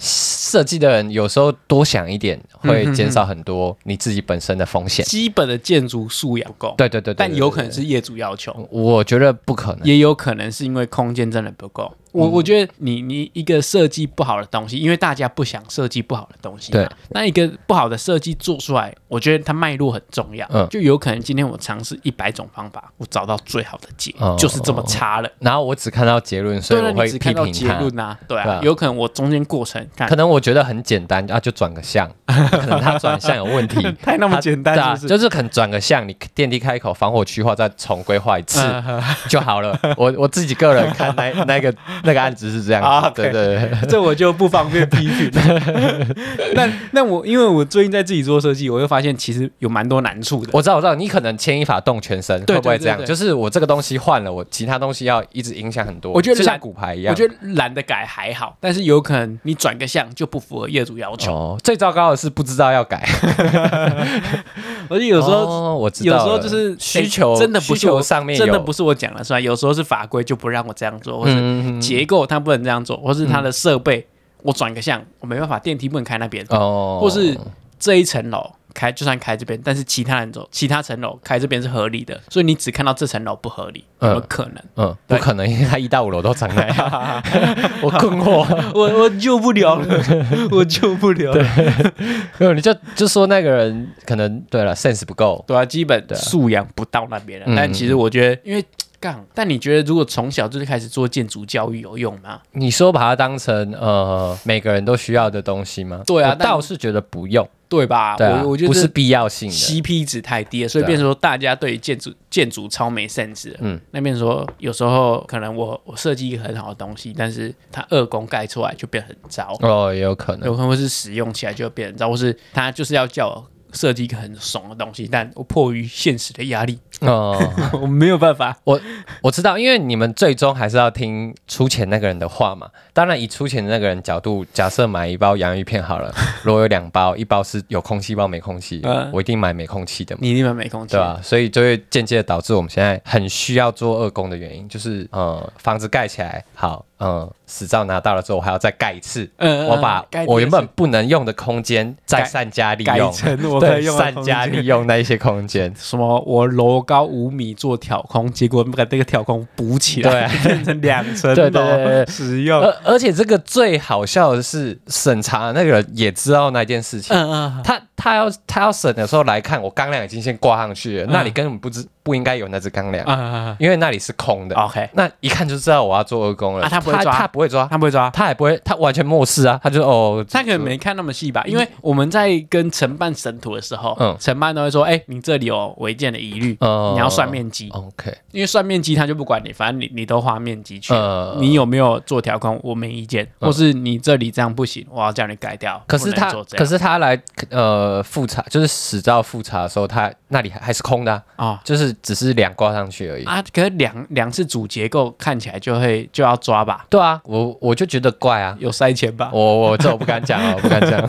B: 设计的人有时候多想一点，会减少很多你自己本身的风险。
A: 基本的建筑素养不够，
B: 对对对对，
A: 但
B: 对
A: 有可能，
B: 对
A: 是业主要求。
B: 对嗯我觉得不可能。
A: 也有可能是因为空间真的不够，我我觉得你你一个设计不好的东西，因为大家不想设计不好的东西嘛，啊
B: 对
A: 那一个不好的设计做出来，我觉得它脉络很重要，
B: 嗯
A: 就有可能今天我尝试一百种方法，我找到最好的解，
B: 哦
A: 就是这么差了。
B: 然后我只看到结论，所以
A: 对了，
B: 我
A: 你
B: 会
A: 只
B: 批
A: 看到
B: 评
A: 结
B: 他。
A: 论啊，对
B: 对
A: 啊
B: 啊，
A: 有可能我中间过程看
B: 可能我觉得很简单啊，就转个向，可能他转向有问题，
A: 太那么简单
B: 对啊，
A: 是不是
B: 就是可能转个向，你电梯开口防火区划再重规划 一次
A: 嗯
B: 就好了。我我自己个人 看那那个那个案子是这样
A: 啊
B: 子，对对 对，
A: 这我就不方便批评。 那 那我因为我最近在自己做设计，我就发现其实有蛮多难处的。
B: 我知道我知道，你可能牵一发动全身，
A: 对
B: 会不会
A: 对对
B: 这样？
A: 对
B: 就是我这个东西换了，我其他东西要一直影响很多，
A: 我觉得
B: 就像
A: 懒
B: 骨牌一样。
A: 我觉得懒得改还好，但是有可能你转个向就不符合业主要求，
B: 哦，最糟糕的是不知道要改，
A: 而且有时候。
B: 哦我知
A: 有
B: 道了，
A: 时候就是
B: 需求
A: 哎真的不
B: 需
A: 是我
B: 求上面
A: 真的
B: 有
A: 不是我讲了算。有时候是法规就不让我这样做，或是
B: 嗯
A: 结构它不能这样做，或是它的设备我转个向，我没办法，电梯不能开那边，
B: 哦，
A: 或是这一层楼开就算开这边，但是其他人走其他层楼开这边是合理的，所以你只看到这层楼不合理，怎么
B: 嗯
A: 可能？
B: 嗯，不
A: 对
B: 可能，因为他一到五楼都长那样，我困惑。
A: 我我救不了了， 我救不了了。
B: 没有，你就就说那个人可能对了，sense 不够，
A: 对啊，基本
B: 对啊
A: 素养不到那边了。啊
B: 嗯
A: 但其实我觉得，因为杠，但你觉得如果从小就是开始做建筑教育有用吗？
B: 你说把它当成呃每个人都需要的东西吗？
A: 对啊
B: 我
A: 但
B: 倒是觉得不用，
A: 对吧？
B: 对啊，
A: 我我觉得
B: 不是
A: 这
B: 必要性的。
A: CP 值太低了，所以
B: 对啊
A: 变成说大家对于建筑建筑超没 sense 嗯
B: 嗯，
A: 那变成说有时候可能我我设计一个很好的东西，但是它二工盖出来就变很糟，
B: 哦，也有可能
A: 有可能会是使用起来就变很糟，或是它就是要叫我设计一个很怂的东西，但我迫于现实的 压力，
B: 哦。
A: 我没有办法。
B: 我知道，因为你们最终还是要听出钱那个人的话嘛。当然，以出钱的那个人角度，假设买一包洋芋片好了，如果有两包，一包是有空气，一包没空气
A: 嗯，
B: 我一定买没空气的嘛。
A: 你一定没空气
B: 对啊吧、所以就会间接地导致我们现在很需要做二工的原因，就是呃，房子盖起来好，呃，死照拿到了之后，我还要再盖一次，
A: 嗯嗯
B: 我把
A: 盖第二
B: 我原本
A: 次
B: 不能用的空间再
A: 改
B: 善加利
A: 改
B: 用，
A: 成我可
B: 对，
A: 以用的
B: 善
A: 空
B: 加
A: 间。
B: 利用那一些空间
A: 什么我楼高五米做挑空，结果把那个挑空补起来，变成两层
B: 对对对对
A: 楼使用
B: 而。而且这个最好笑的是，审查的那个人也知道那件事情，
A: 嗯嗯，
B: 他他要他要审的时候来看，我钢梁已经先挂上去了，那里根本不知不应该有那只钢梁，
A: 嗯嗯
B: 因为那里是空的。
A: ，OK，
B: 那一看就知道我要做二工
A: 哦
B: 了。
A: 啊他不会抓
B: 他不会抓，
A: 他不会抓，
B: 他也不会，他完全漠视啊，他就哦，
A: 他可能没看那么细吧，因为我们在跟承办审图的时候，
B: 嗯
A: 承办都会说，哎，你这里有违建的疑虑，
B: 哦
A: 你要算面积，
B: OK，
A: 因为算面积他就不管你，反正你你都画面积去，
B: 呃
A: 你有没有做条框，我没意见，
B: 嗯
A: 或是你这里这样不行，我要叫你改掉。
B: 可是
A: 不能
B: 他
A: 做这样
B: 可是他来呃复查，就是史照复查的时候，他那里还还是空的啊、
A: 啊，
B: 就是只是梁挂上去而已。
A: 啊，可是两两次主结构看起来就会就要抓吧，
B: 对啊，我我就觉得怪啊，
A: 有塞钱吧？
B: 我我这我不敢讲啊，我不敢讲。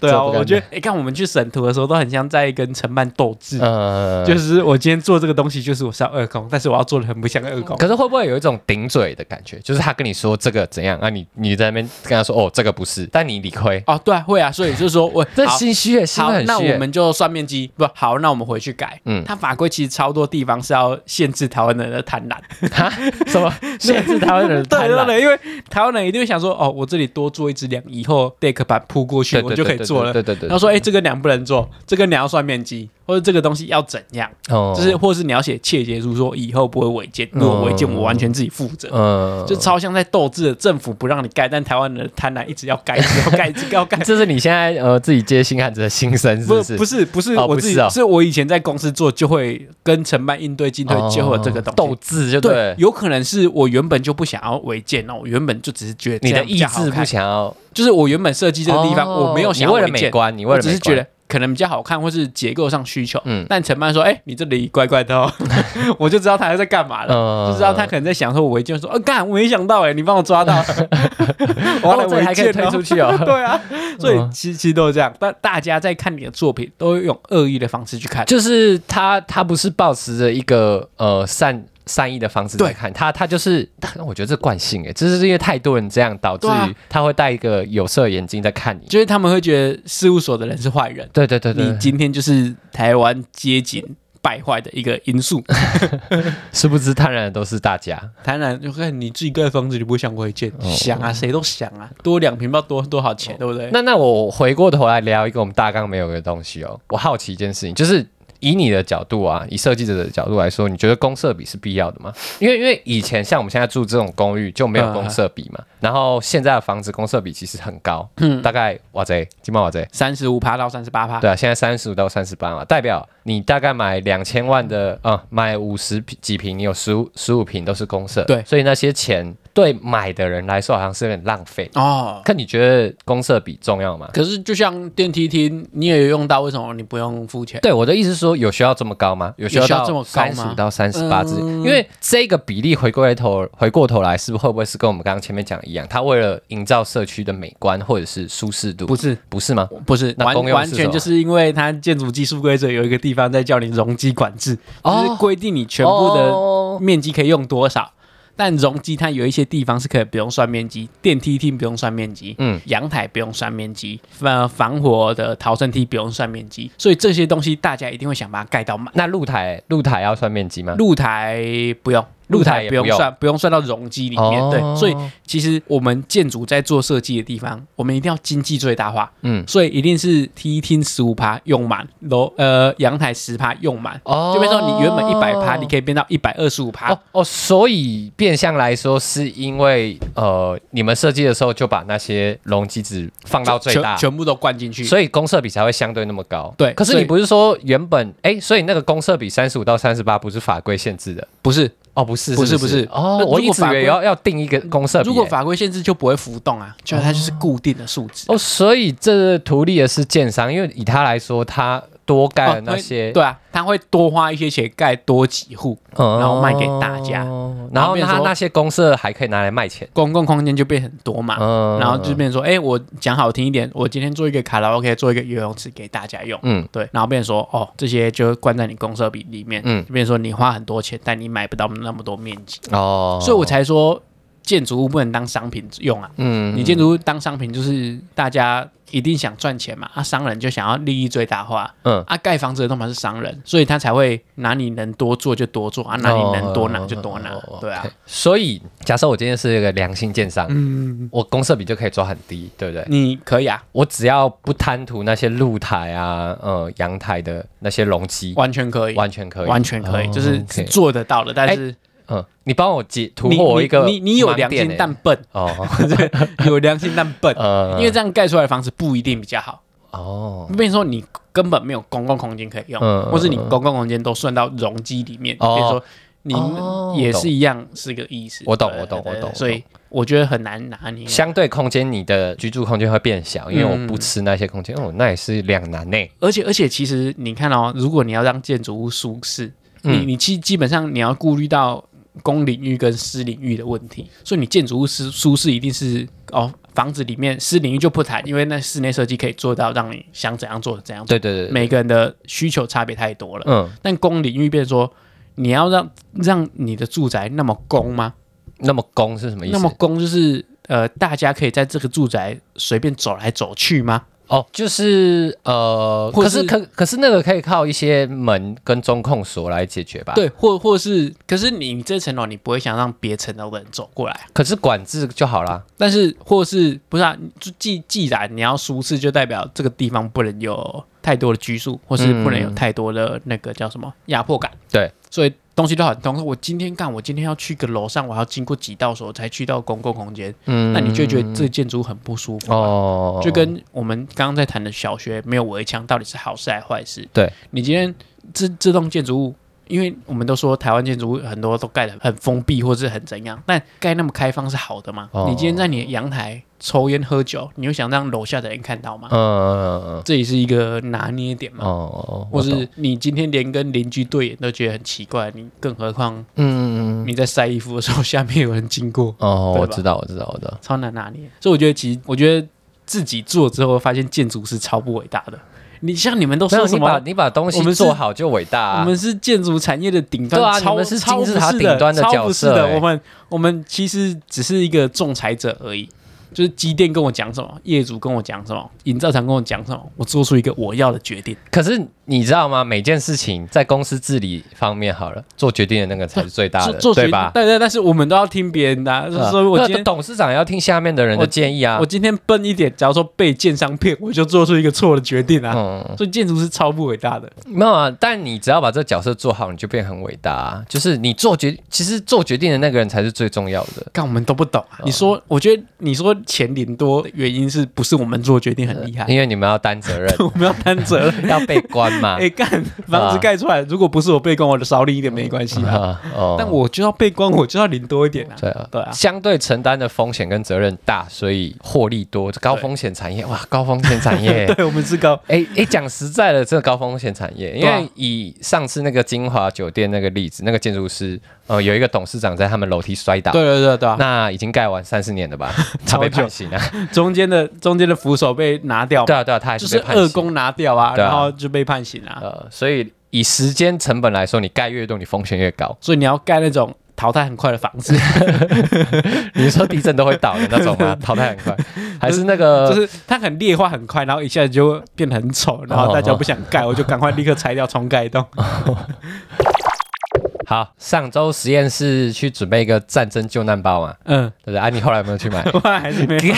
A: 对
B: 这
A: 啊，
B: 我不敢
A: 我觉得你看我们去审图的时候都很像在跟承办斗智，
B: 呃，
A: 就是是我今天做这个东西就是我是要二工，但是我要做的很不像二工。
B: 可是会不会有一种顶嘴的感觉？就是他跟你说这个怎样啊你，你在那边跟他说哦这个不是，但你理亏，
A: 哦，对啊，会啊，所以就是说我
B: 这
A: 好
B: 心虚耶，心
A: 好
B: 很，虚
A: 那
B: 耶。
A: 我们就算面积不好，那我们回去改。嗯
B: 嗯，
A: 它法规其实超多地方是要限制台湾人的贪婪，
B: 哈什么 限制台湾人的
A: 对
B: 贪
A: 对
B: 婪？
A: 对，因为台湾人一定会想说，哦，我这里多做一只梁，以后 deck 板铺过去
B: 对
A: 我
B: 对
A: 就可以
B: 对对
A: 做了。
B: 对对对，
A: 他说：“哎、这个梁不能做，这个梁要算面积。或者这个东西要怎样，
B: 哦
A: 就是或是你要写切结书说以后不会违建，如果违建我完全自己负责。
B: 嗯，
A: 就超像在斗智的，政府不让你盖，但台湾人的贪婪一直要盖，一直要盖，一直要盖。
B: 这是你现在呃自己接新案子的心声，是
A: 不
B: 是？
A: 不是不是
B: 哦
A: 我
B: 不
A: 自己，
B: 是哦
A: 是我以前在公司做就会跟承办应对进退
B: 哦
A: 就会有这个东西。
B: 斗志，就
A: 对
B: 对，，
A: 有可能是我原本就不想要违建，哦那我原本就只是觉得
B: 你
A: 这
B: 的
A: 样比
B: 意
A: 较好
B: 志
A: 看
B: 不想要
A: 就是我原本设计这个地方，
B: 哦
A: 我没有想
B: 你
A: 要
B: 为了
A: 违
B: 美
A: 建，
B: 观，你为
A: 我
B: 了
A: 只
B: 美
A: 是觉得
B: 观，
A: 可能比较好看，或是结构上需求。
B: 嗯
A: 但承办说，哎、你这里怪怪的哦， 我就知道他在干嘛了。
B: 嗯
A: 就知道他可能在想说，我违建，说，呃，干，我没想到哎、你帮我抓到， 我要来
B: 哦 哦这个还
A: 违
B: 可以
A: 建
B: 推出
A: 哦。
B: 去哦。
A: 对啊，所以
B: 嗯
A: 其其实都是这样，但大家在看你的作品，都会用恶意的方式去看。
B: 就是他，他不是抱持着一个呃善善意的方式在
A: 对
B: 看他，他就是他，我觉得这惯性哎，就是因为太多人这样，导致
A: 对啊
B: 于他会戴一个有色眼镜在看你。
A: 就是他们会觉得事务所的人是坏人，
B: 对对对对
A: 你，今天就是台湾街景败坏的一个因素。
B: 殊不知贪婪的都是大家。
A: 当然，就看你自己盖房子，你不会想违建，
B: 哦
A: 想啊，谁都想啊，多两瓶不知道多多少钱，对不对？
B: 那那我回过头来聊一个我们大纲没有的东西哦，我好奇一件事情，就是以你的角度啊，以设计者的角度来说，你觉得公设比是必要的吗？因为因为以前像我们现在住这种公寓就没有公设比嘛，然后现在的房子公设比其实很高，大概哇贼，今晚哇贼。
A: 三十五趴到三十八趴，
B: 对啊，现在三十五到三十八嘛，代表你大概买两千万的啊、呃买五十几平，你有十五十五平都是公社，
A: 对
B: 所以那些钱对买的人来说好像是有点浪费。
A: 哦。
B: 看你觉得公社比重要吗？
A: 可是就像电梯厅，你也有用到，为什么你不用付钱？
B: 对，我的意思是说，有需要这么高吗？有需
A: 有
B: 要
A: 需要
B: 到
A: 这么高
B: 三
A: 吗
B: 十五到三十八之间，
A: 嗯
B: 因为这个比例回过来头，回过头来是不是会不会是跟我们刚刚前面讲的一样？它为了营造社区的美观或者是舒适度，
A: 不是，
B: 不是吗？
A: 不是
B: 那
A: 完
B: 公用是
A: 完
B: 什
A: 全
B: 么
A: 就是因为它建筑技术规则有一个地方在叫你容积管制，
B: 哦
A: 就是规定你全部的
B: 哦
A: 面积可以用多少。但容积它有一些地方是可以不用算面积，电梯厅不用算面积，
B: 嗯，
A: 阳台不用算面积，呃，防火的逃生梯不用算面积，所以这些东西大家一定会想把它盖到满。
B: 那露台露台要算面积吗？
A: 露台不用，
B: 露
A: 露
B: 台
A: 台
B: 也
A: 不用
B: 不用
A: 算，不用算到容积里面。
B: 哦
A: 对，所以其实我们建筑在做设计的地方，我们一定要经济最大化。
B: 嗯
A: 所以一定是梯厅十五趴用满，楼呃阳台十趴用满。
B: 哦
A: 就变成说你原本一百趴，你可以变到一百二十五趴
B: 哦。哦，所以变相来说，是因为呃，你们设计的时候就把那些容积值放到最
A: 全
B: 大，
A: 全部都灌进去。
B: 所以公设比才会相对那么高。
A: 对
B: 可是
A: 所以
B: 你不是说原本哎、所以那个公设比三十五到三十八不是法规限制的
A: 不是，
B: 哦，不是，
A: 不是
B: 是
A: 不是
B: 哦
A: 那，
B: 我
A: 如
B: 一
A: 果
B: 直以
A: 法
B: 为
A: 规
B: 要要定一个公设比、
A: 如果
B: 哎
A: 法规限制就不会浮动啊，就它就是固定的数值。
B: 哦，所以这图利的是建商，因为以他来说，他多盖了
A: 哦
B: 那些，
A: 会对啊，它会多花一些钱盖多几户，
B: 嗯，
A: 然后卖给大家
B: 然后
A: 变成
B: 他
A: 说
B: 那些公社还可以拿来卖钱，
A: 公共空间就变很多嘛。
B: 嗯，
A: 然后就变成说，哎、我讲好听一点，我今天做一个卡拉 OK，做一个游泳池给大家用，
B: 嗯
A: 对，然后变成说，哦，这些就关在你公社比里面，
B: 嗯
A: 就变成说你花很多钱，但你买不到那么多面积，
B: 哦，
A: 所以我才说建筑物不能当商品用啊，
B: 嗯
A: 你建筑物当商品就是大家一定想赚钱嘛，啊，商人就想要利益最大化，
B: 嗯
A: 啊，盖房子的通常是商人，所以他才会拿你能多做就多做啊，拿你能多拿就多拿，
B: 哦
A: 对啊
B: OK 所以假设我今天是一个良性建
A: 嗯
B: 商，我公设比就可以抓很低，对不对？
A: 你可以啊，
B: 我只要不贪图那些露台啊、呃阳台的那些容积，
A: 完全可以，
B: 完全可以，
A: 完全可以，
B: 哦
A: 就是是
B: OK
A: 做得到的，但
B: 哎
A: 是。
B: 嗯，你帮我解突
A: 你
B: 破我
A: 你
B: 一个
A: 你你有
B: 盲
A: 良
B: 点
A: 心
B: 欸
A: 但笨，
B: 哦
A: 有良心但笨，
B: 呃
A: 因为这样盖出来的房子不一定比较好。
B: 哦
A: 比如说你根本没有公共空间可以用，
B: 嗯嗯
A: 或是你公共空间都算到容积里面，
B: 哦
A: 比如说你
B: 哦
A: 也是一样是个意思。
B: 我懂
A: 对
B: 我懂
A: 对对
B: 我懂
A: 所以我觉得很难拿捏。
B: 相对空间你的居住空间会变小，因为我
A: 嗯
B: 不吃那些空间，哦，那也是两难呢。
A: 而且而且，其实你看哦，如果你要让建筑物舒适，你
B: 嗯
A: 你基基本上你要顾虑到公领域跟私领域的问题，所以你建筑物舒舒适一定是哦，房子里面私领域就不谈，因为那室内设计可以做到让你想怎样做怎样做，
B: 对对对，对
A: 每个人的需求差别太多了。
B: 嗯，
A: 但公领域变成说，你要让让你的住宅那么公吗？
B: 那么公是什么意思？
A: 那么公就是呃，大家可以在这个住宅随便走来走去吗？
B: 哦，就是呃，
A: 或
B: 可
A: 是
B: 是可可是那个可以靠一些门跟中控锁来解决吧？，
A: 对，或或是，可是你这层楼你不会想让别层楼的人走过来啊，
B: 可是管制就好啦。
A: 但是或是不是啊？就既既然你要舒适，就代表这个地方不能有太多的拘束，或是不能有
B: 嗯
A: 太多的那个叫什么压迫感。
B: 对，
A: 所以东西都很通。我今天干，我今天要去个楼上，我还要经过几道手才去到公共空间，
B: 嗯
A: 那你就会觉得这建筑物很不舒服。
B: 哦，
A: 就跟我们刚刚在谈的小学没有围墙到底是好事还是坏事？
B: 对
A: 你今天这这栋建筑物，因为我们都说台湾建筑物很多都盖得很封闭或是很怎样，但盖那么开放是好的嘛？
B: 哦
A: 你今天在你的阳台抽烟喝酒，你又想让楼下的人看到吗？
B: 嗯嗯嗯
A: 这也是一个拿捏点
B: 嗯
A: 嘛。
B: 哦，
A: 或
B: 我懂
A: 是你今天连跟邻居对眼都觉得很奇怪，你更何况
B: 嗯嗯嗯
A: 你在晒衣服的时候，下面有人经过，
B: 哦，
A: 对
B: 我
A: 吧
B: 知道我知道我知道，
A: 超难拿捏。所以我觉得，其实我觉得自己做之后，发现建筑是超不伟大的。你像你们都
B: 没有
A: 说什
B: 你把
A: 么？
B: 你把东
A: 我
B: 西
A: 们是
B: 做好就伟大啊，
A: 我们是建筑产业的顶端，
B: 对啊
A: 超
B: 你们是
A: 超
B: 金
A: 不
B: 字塔
A: 是
B: 顶端的
A: 的
B: 角
A: 超不是
B: 色欸
A: 我们我们其实只是一个仲裁者而已。就是机电跟我讲什么，业主跟我讲什么，营造厂跟我讲什么，我做出一个我要的决定。
B: 可是你知道吗？每件事情在公司治理方面好了，做决定的那个才是最大
A: 做
B: 的，
A: 做决
B: 对
A: 定
B: 吧？
A: 对对，但是我们都要听别人的、啊，就是
B: 呃
A: 说我
B: 那
A: 今天
B: 董事长也要听下面的人的建议啊
A: 我。今天笨一点，假如说被建商骗，我就做出一个错的决定啊。
B: 嗯，
A: 所以建筑是超不伟大的。
B: 没有啊，但你只要把这角色做好，你就变很伟大、啊。就是你做决，其实做决定的那个人才是最重要的。
A: 干我们都不懂啊！你说，我觉得你说钱领多，原因是不是我们做决定很厉害？，
B: 嗯因为你嗯们要担责任
A: 我们要担责任。
B: 要被关嘛。
A: 哎、干，房子盖出来，如果不是我被关，我就少领一点没关系啊。
B: 啊 哦
A: 但我就要被关，我就要领多一点啊。
B: 对啊，
A: 对啊。
B: 相对承担的风险跟责任大，所以获利多。高风险产业哇，高风险产业
A: 对，我们是高
B: 哎哎，讲实在的，这个高风险产业，因
A: 对啊
B: 为以上次那个金华酒店那个例子，那个建筑师，呃，有一个董事长在他们楼梯摔倒，
A: 对对对对啊！
B: 那已经盖完三四年 了吧，他
A: 超久
B: 被判刑啊，
A: 中间的中间的扶手被拿掉嘛，
B: 对啊对啊，他还
A: 就是是
B: 被判刑
A: 二公拿掉啊，
B: 对啊
A: 然后就被判刑啊。
B: 呃，所以以时间成本来说，你盖越多，你风险越高。
A: 所以你要盖那种淘汰很快的房子，
B: 你说地震都会倒的那种 吗？淘汰很快，还是那
A: 就
B: 个？
A: 是它很劣化很快，然后一下子就会变得很丑，然
B: 哦
A: 后大家不想盖，我就赶快立刻拆掉，重盖一 栋。
B: 好，上周实验室去准备一个战争救难包嘛，
A: 嗯，
B: 对不对？啊，你后来有没有 去买？
A: 我还是没有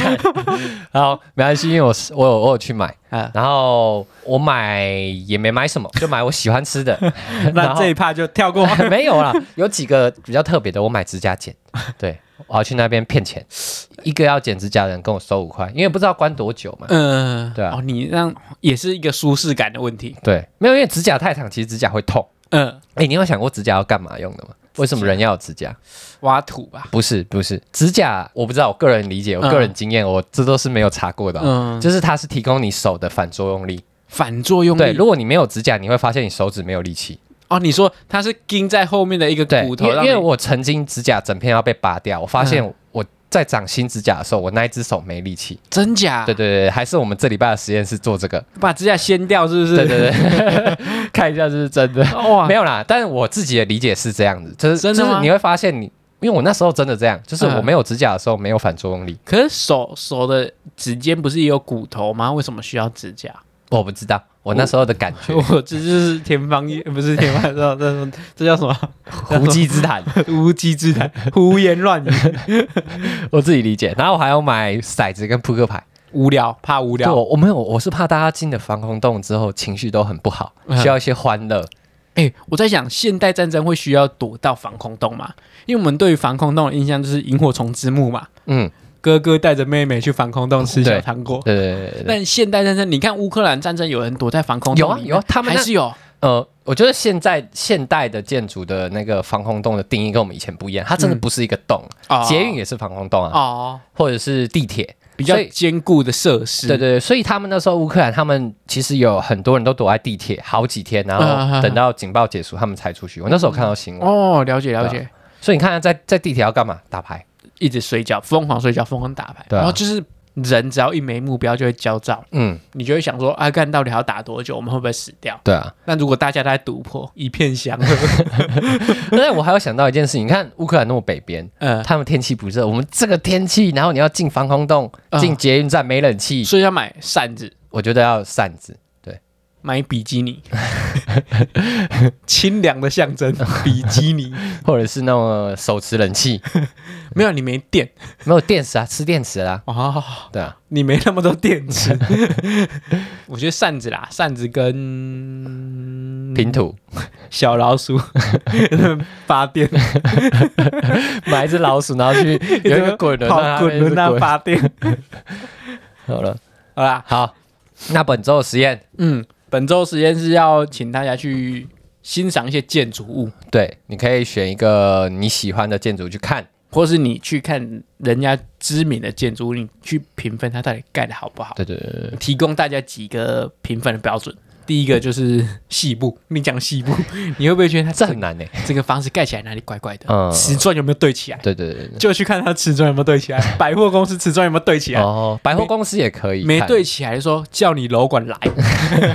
B: 好，没关系，因为我是我有我有去买，
A: 啊。
B: 然后我买也没买 什么，就买我喜欢吃的。 然
A: 那
B: 后
A: 这一趴就跳 过。
B: 没有啦，有几个比较特别的，我买指甲剪，对我要去那边骗钱，一个要剪指甲的人跟我收五块，因为不知道关多久嘛。
A: 嗯，
B: 对啊
A: 哦，你让也是一个舒适感的问题。
B: 对，没有，因为指甲太长，其实指甲会痛。
A: 嗯，
B: 哎，你有想过指甲要干嘛用的吗？为什么人要有指甲？
A: 挖土吧。
B: 不是，不是指甲，我不知道，我个人理解，我个人经验，我这都是没有查过的哦、
A: 嗯，
B: 就是它是提供你手的反作用力。
A: 反作用力。
B: 对，如果你没有指甲，你会发现你手指没有力气。
A: 哦，你说它是钉在后面的一个
B: 对，
A: 骨
B: 因
A: 头，
B: 为
A: 让
B: 因为
A: 你
B: 我曾经指甲整片要被拔掉，我发现
A: 嗯
B: 我在长新指甲的时候，我那一只手没力气。
A: 真假，
B: 对对对，还是我们这礼拜的实验室做这个。
A: 把指甲掀掉是不是？
B: 对对对， 看一下是不是真的。
A: 哇
B: 没，有啦，但是我自己的理解是这样子，就是
A: 真的吗
B: 就是你会发现你。因为我那时候真的这样，就是
A: 嗯
B: 我没有指甲的时候没有反作用力，
A: 可是手手的指尖不是也有骨头吗？为什么需要指甲？
B: 我不知道我那时候的感 觉，
A: 我这就是天方夜，不是天方，夜谭，这这这叫什 么？
B: 无稽之谈，
A: 无稽之谈，胡言乱语，
B: 我自己理解。然后我还要买骰子跟扑克牌，
A: 无聊，怕无
B: 对，
A: 聊。
B: 我我没有，我是怕大家进了防空洞之后情绪都很不好，
A: 嗯
B: 需要一些欢乐。
A: 哎、我在想，现代战争会需要躲到防空洞吗？因为我们对于防空洞的印象就是萤火虫之墓嘛，
B: 嗯，
A: 哥哥带着妹妹去防空洞吃小
B: 对
A: 糖果。
B: 对对对对对。
A: 但现代战争，你看乌克兰战争，有人躲在防空
B: 有
A: 洞
B: 啊
A: 里面
B: 有啊，他们
A: 还
B: 那
A: 是有。
B: 呃，我觉得现在现代的建筑的那个防空洞的定义跟我们以前不一样，它真的
A: 嗯
B: 不是一个洞，
A: 哦
B: 捷运也是防空洞啊，
A: 哦，
B: 或者是地铁。
A: 比较
B: 所以
A: 坚固的设施。
B: 对对对，所以他们那时候乌克兰，他们其实有很多人都躲在地铁好几天，然
A: 嗯
B: 后
A: 嗯
B: 等到警报解除，他们才出去。我那时候看到新闻，
A: 哦，了解了
B: 啊
A: 解。
B: 所以你看在在地铁要干嘛？打牌。
A: 一直睡觉，疯狂睡觉，疯狂打牌，
B: 对啊
A: 然后就是人只要一没目标就会焦躁，
B: 嗯，
A: 你就会想说，啊，干到底还要打多久？我们会不会死掉？
B: 对啊。
A: 但如果大家都在赌博，一片祥 和，
B: 但我还有想到一件事情，你看乌克兰那么北边，
A: 嗯，
B: 他们天气不热，我们这个天气，然后你要进防空洞、
A: 嗯
B: 进捷运站没冷气，
A: 所以要买扇子，
B: 我觉得要扇子。对，
A: 买比基尼，清凉的象征，比基尼。
B: 或者是那种手持冷气，
A: 没有，你没电
B: 没有电池啊，吃电池啦、
A: 哦，
B: 对啊，
A: 你没那么多电 池。我觉得扇子啦，扇子跟
B: 拼图，
A: 小老鼠 发电，
B: 买一只老鼠，然后去 有一个滚轮，
A: 跑
B: 啊让它
A: 滚轮
B: 一
A: 那
B: 直滚
A: 发电。
B: 好了，
A: 好啦，
B: 好，那本周的实验，
A: 嗯，本周时间是要请大家去欣赏一些建筑物，
B: 对，你可以选一个你喜欢的建筑去看，
A: 或是你去看人家知名的建筑物，你去评分它到底盖的好不好。
B: 对对对对对，
A: 提供大家几个评分的标准。第一个就是细部， 你讲细部，你会不会觉得它
B: 这
A: 这
B: 很难呢、欸
A: 这个房子盖起来哪里怪怪的？
B: 嗯
A: 瓷砖有没有对起来？
B: 对对对对
A: 就去看它瓷砖有没有对起 来，百货公司瓷砖有没有对起
B: 对，
A: 来？
B: 哦，百货公司也可以看，
A: 没对起来就说叫你楼管来，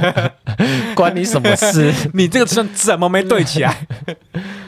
B: 关你什么 事？
A: 你这个瓷砖怎么没对起来？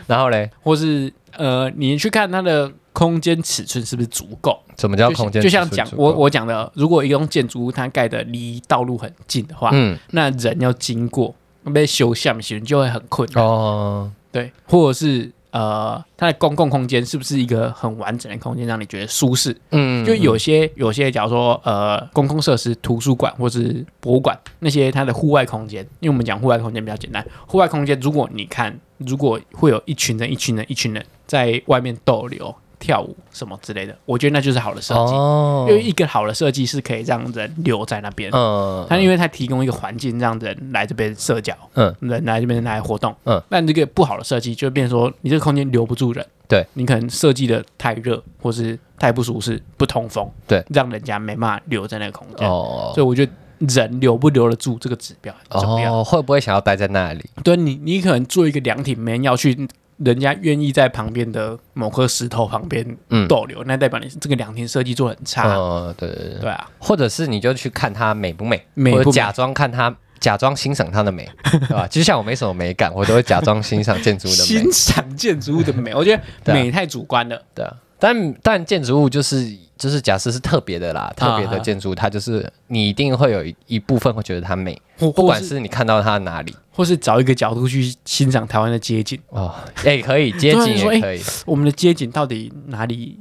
B: 然后嘞，
A: 或是呃，你去看它的空间尺寸是不是足够？
B: 什么叫空间
A: 就像
B: 尺
A: 就像
B: 寸
A: 讲
B: 足够
A: 我我讲的，如果一栋建筑物它盖的离道路很近的话，
B: 嗯
A: 那人要经过被修下面，其实就会很困难。
B: 哦，
A: 对，或者是呃，它的公共空间是不是一个很完整的空间，让你觉得舒适？
B: 嗯，
A: 就有些有些，假如说呃，公共设施、图书馆或是博物馆那些它的户外空间，因为我们讲户外空间比较简单，户外空间如果你看，如果会有一群人、一群人、一群人在外面逗留、跳舞什么之类的，我觉得那就是好的设计，
B: 哦
A: 因为一个好的设计是可以让人留在那边。
B: 嗯，
A: 它因为它提供一个环境，让人来这边社交，
B: 嗯，
A: 人来这边来活动，
B: 嗯，
A: 但这个不好的设计就变成说，你这个空间留不住人，
B: 对
A: 你可能设计的太热，或是太不舒适、不通风，
B: 对，
A: 让人家没办法留在那个空间，
B: 哦
A: 所以我觉得人留不留得住这个指标很重要。
B: 哦，会不会想要待在那里？
A: 对你，你可能做一个凉亭，没人要去。人家愿意在旁边的某颗石头旁边
B: 嗯
A: 逗留，那代表你这个凉亭设计做得很差，
B: 嗯，对对对，
A: 对啊，
B: 或者是你就去看它美不美，
A: 美不美
B: 或者假装看它。假装欣赏它 的美，对吧？就像我没什么美感，我都会假装欣赏建筑的美
A: 欣。赏建筑物的美，我觉得
B: 对啊
A: 美太主观了。
B: 对啊，但但建筑物就是就是假设是特别的
A: 啊
B: 啦，特别的建筑，它就是你一定会有一一部分会觉得它美，
A: 或
B: 不管
A: 或是
B: 是你看到它哪里
A: 或是找一个角度去欣赏台湾的街景。
B: 哦，也可以街景
A: 哎
B: 也可以，
A: 我们的街景到底哪里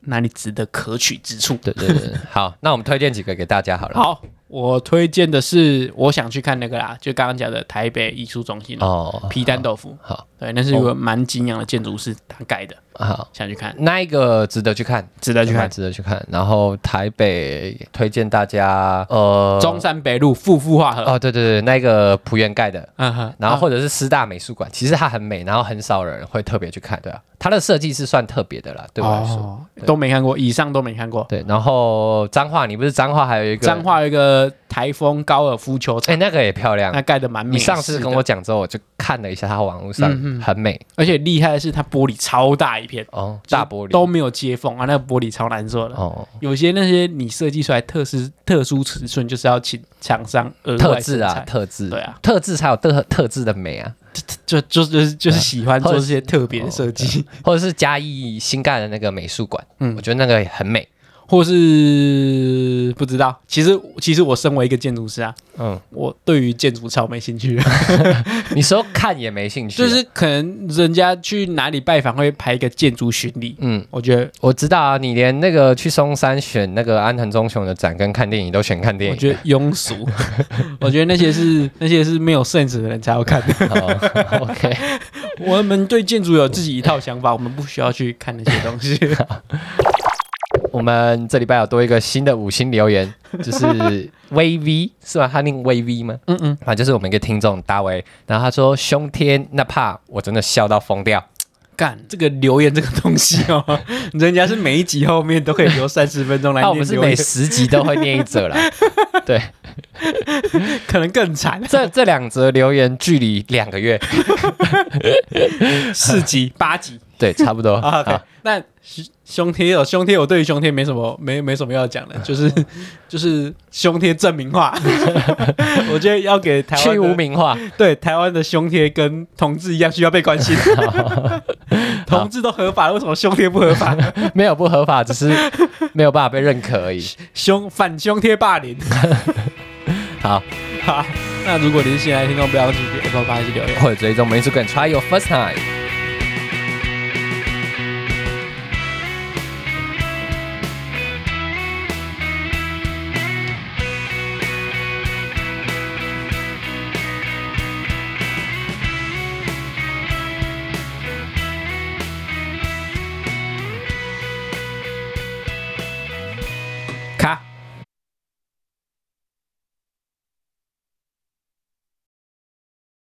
A: 哪里值得可取之处？
B: 对对对。对好，那我们推荐几个给大家好了。
A: 好，我推荐的是我想去看那个啦，就刚刚讲的台北艺术中心哦，
B: 哦，
A: 皮蛋豆腐。
B: 好，哦
A: 对，那是一个蛮敬仰的建筑师他盖的，
B: 好，
A: 想去看，
B: 那一个值得去看，
A: 值得去
B: 蛮
A: 看。
B: 值得去看。然后台北推荐大家，呃，
A: 中山北路富富化河，
B: 哦，对对对，那个浦原盖的，
A: 嗯哼，
B: 然后或者是师大美术馆，其实它很美，然后很少人会特别去看，对啊，它的设计是算特别的啦，对我来说。
A: 哦都没看过，以上都没看过。
B: 对，然后彰化，你不是彰化还有一个
A: 彰，化有一个台风高尔夫球
B: 哎、
A: 场，
B: 那个也漂亮
A: 它。盖的蛮美
B: 你
A: 式的。
B: 上次跟我讲之后，我就看了一下它网络上、
A: 嗯嗯
B: 很美
A: 而且厉害的是，它玻璃超大一片，
B: 哦，大玻璃
A: 都没有接缝啊，那个玻璃超难做的。
B: 哦，
A: 有些那些你设计出来特殊特殊尺寸，就是要请厂商额
B: 特
A: 外
B: 制
A: 生
B: 啊，
A: 产，
B: 特制，
A: 对啊，
B: 特制才有特特制的美啊，
A: 就就就是就是喜 欢做
B: 或
A: 这
B: 者
A: 些特别的设计，
B: 或者是嘉义新盖的那个美术馆，
A: 嗯
B: 我觉得那个也很美，
A: 或是不知道。其实其实我身为一个建筑师啊，
B: 嗯，
A: 我对于建筑超没兴 趣，
B: 啊你说看也没兴趣，啊
A: 就是可能人家去哪里拜访会排一个建筑巡礼，
B: 嗯，
A: 我觉得
B: 我知道啊，你连那个去松山选那个安藤忠雄的展跟看电影都选看电
A: 我
B: 影，
A: 觉得庸俗， 我觉得那些是那些是没有 sense 的人才要看的。
B: 哦 OK，
A: 我们对建筑有自己一套想法，我们不需要去看那些东西。
B: 我们这礼拜有多一个新的五星留 言，就是 VV 是吗？他念 VV 吗？
A: 嗯嗯，
B: 啊，就是我们一个听众大威，然后他说胸贴那怕我真的笑到疯掉，
A: 干这个留言这个东西哦， 人家是每一集后面都可以留三十分钟来
B: 啊那、我
A: 念
B: 们是
A: 留
B: 每
A: 言，
B: 十集都会念一 则啦。对，
A: 可能更惨，
B: 这这两则留言距离两个月，
A: 四集 八集
B: 对，差不多。
A: 啊。OK，
B: 好
A: 那胸胸贴哦，胸贴，我对于胸贴没什么没没什么要讲 的，就是就是胸贴证明 化，我觉得要给台湾
B: 去
A: 的
B: 无名化，
A: 对台湾的胸贴跟同志一样需要被关 心，同志都合法，为什么胸贴不合 法？
B: 没有不合法，只是没有办法被认可而已。
A: 胸反胸贴霸凌，
B: 好，
A: 好
D: 那如果你是新来的听众，不要去 Apple p o d 留言。
A: 或者追踪我们 Instagram try your first time。